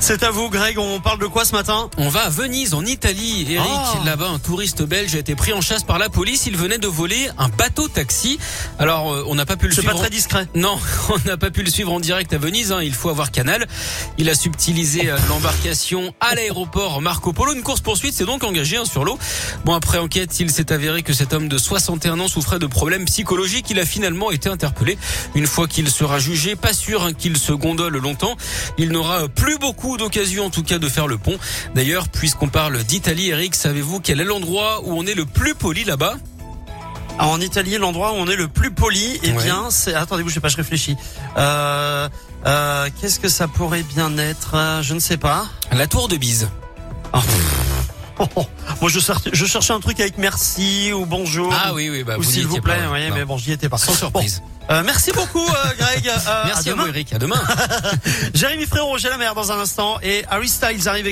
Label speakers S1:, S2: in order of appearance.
S1: C'est à vous, Greg. On parle de quoi ce matin
S2: On va à Venise, en Italie. Eric,
S1: Ah.
S2: là-bas, un touriste belge a été pris en chasse par la police. Il venait de voler un bateau-taxi. Alors, euh, on n'a pas pu le
S1: C'est
S2: suivre.
S1: pas très discret.
S2: Non, on n'a pas pu le suivre en direct à Venise. hein. Il faut avoir canal. Il a subtilisé euh, l'embarcation à l'aéroport Marco Polo. Une course poursuite s'est donc engagée hein, sur l'eau. Bon, après enquête, il s'est avéré que cet homme de 61 ans souffrait de problèmes psychologiques. Il a finalement été interpellé. Une fois qu'il sera jugé, pas sûr hein, qu'il se gondole longtemps. Il n'aura euh, plus beaucoup d'occasions, en tout cas, de faire le pont. D'ailleurs, puisqu'on parle d'Italie, Eric, savez-vous quel est l'endroit où on est le plus poli là-bas
S1: Alors, en Italie, l'endroit où on est le plus poli, eh
S2: Ouais.
S1: bien, c'est. Attendez, bougez pas, je réfléchis. Euh, euh, Qu'est-ce que ça pourrait bien être Euh, Je ne sais pas.
S2: La Tour de Bise.
S1: Ah, pff. Oh, Moi, je, cer- je cherchais un truc avec merci ou bonjour.
S2: Ah oui, oui, bah,
S1: Ou
S2: vous n'y
S1: s'il vous
S2: étiez
S1: plaît,
S2: pas, ouais.
S1: oui,
S2: Non.
S1: mais bon, j'y étais pas.
S2: Sans
S1: Bon,
S2: surprise.
S1: euh, merci beaucoup, euh, Greg. Euh,
S2: Merci
S1: à
S2: à vous,
S1: demain.
S2: Eric. À demain.
S1: Jérémy Frérot, j'ai la mer dans un instant et Harry Styles arrive.